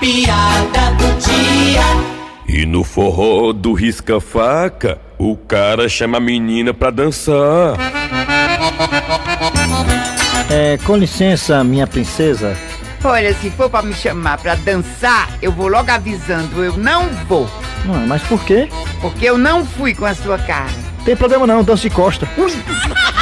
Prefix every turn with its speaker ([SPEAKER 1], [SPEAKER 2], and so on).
[SPEAKER 1] piada do dia.
[SPEAKER 2] E no forró do risca-faca, o cara chama a menina pra dançar.
[SPEAKER 3] É, com licença, minha princesa.
[SPEAKER 4] Olha, se for pra me chamar pra dançar, eu vou logo avisando, eu não vou,
[SPEAKER 3] Não, mas por quê?
[SPEAKER 4] porque eu não fui com a sua cara.
[SPEAKER 3] Tem problema não, dança de costa.
[SPEAKER 4] Ui!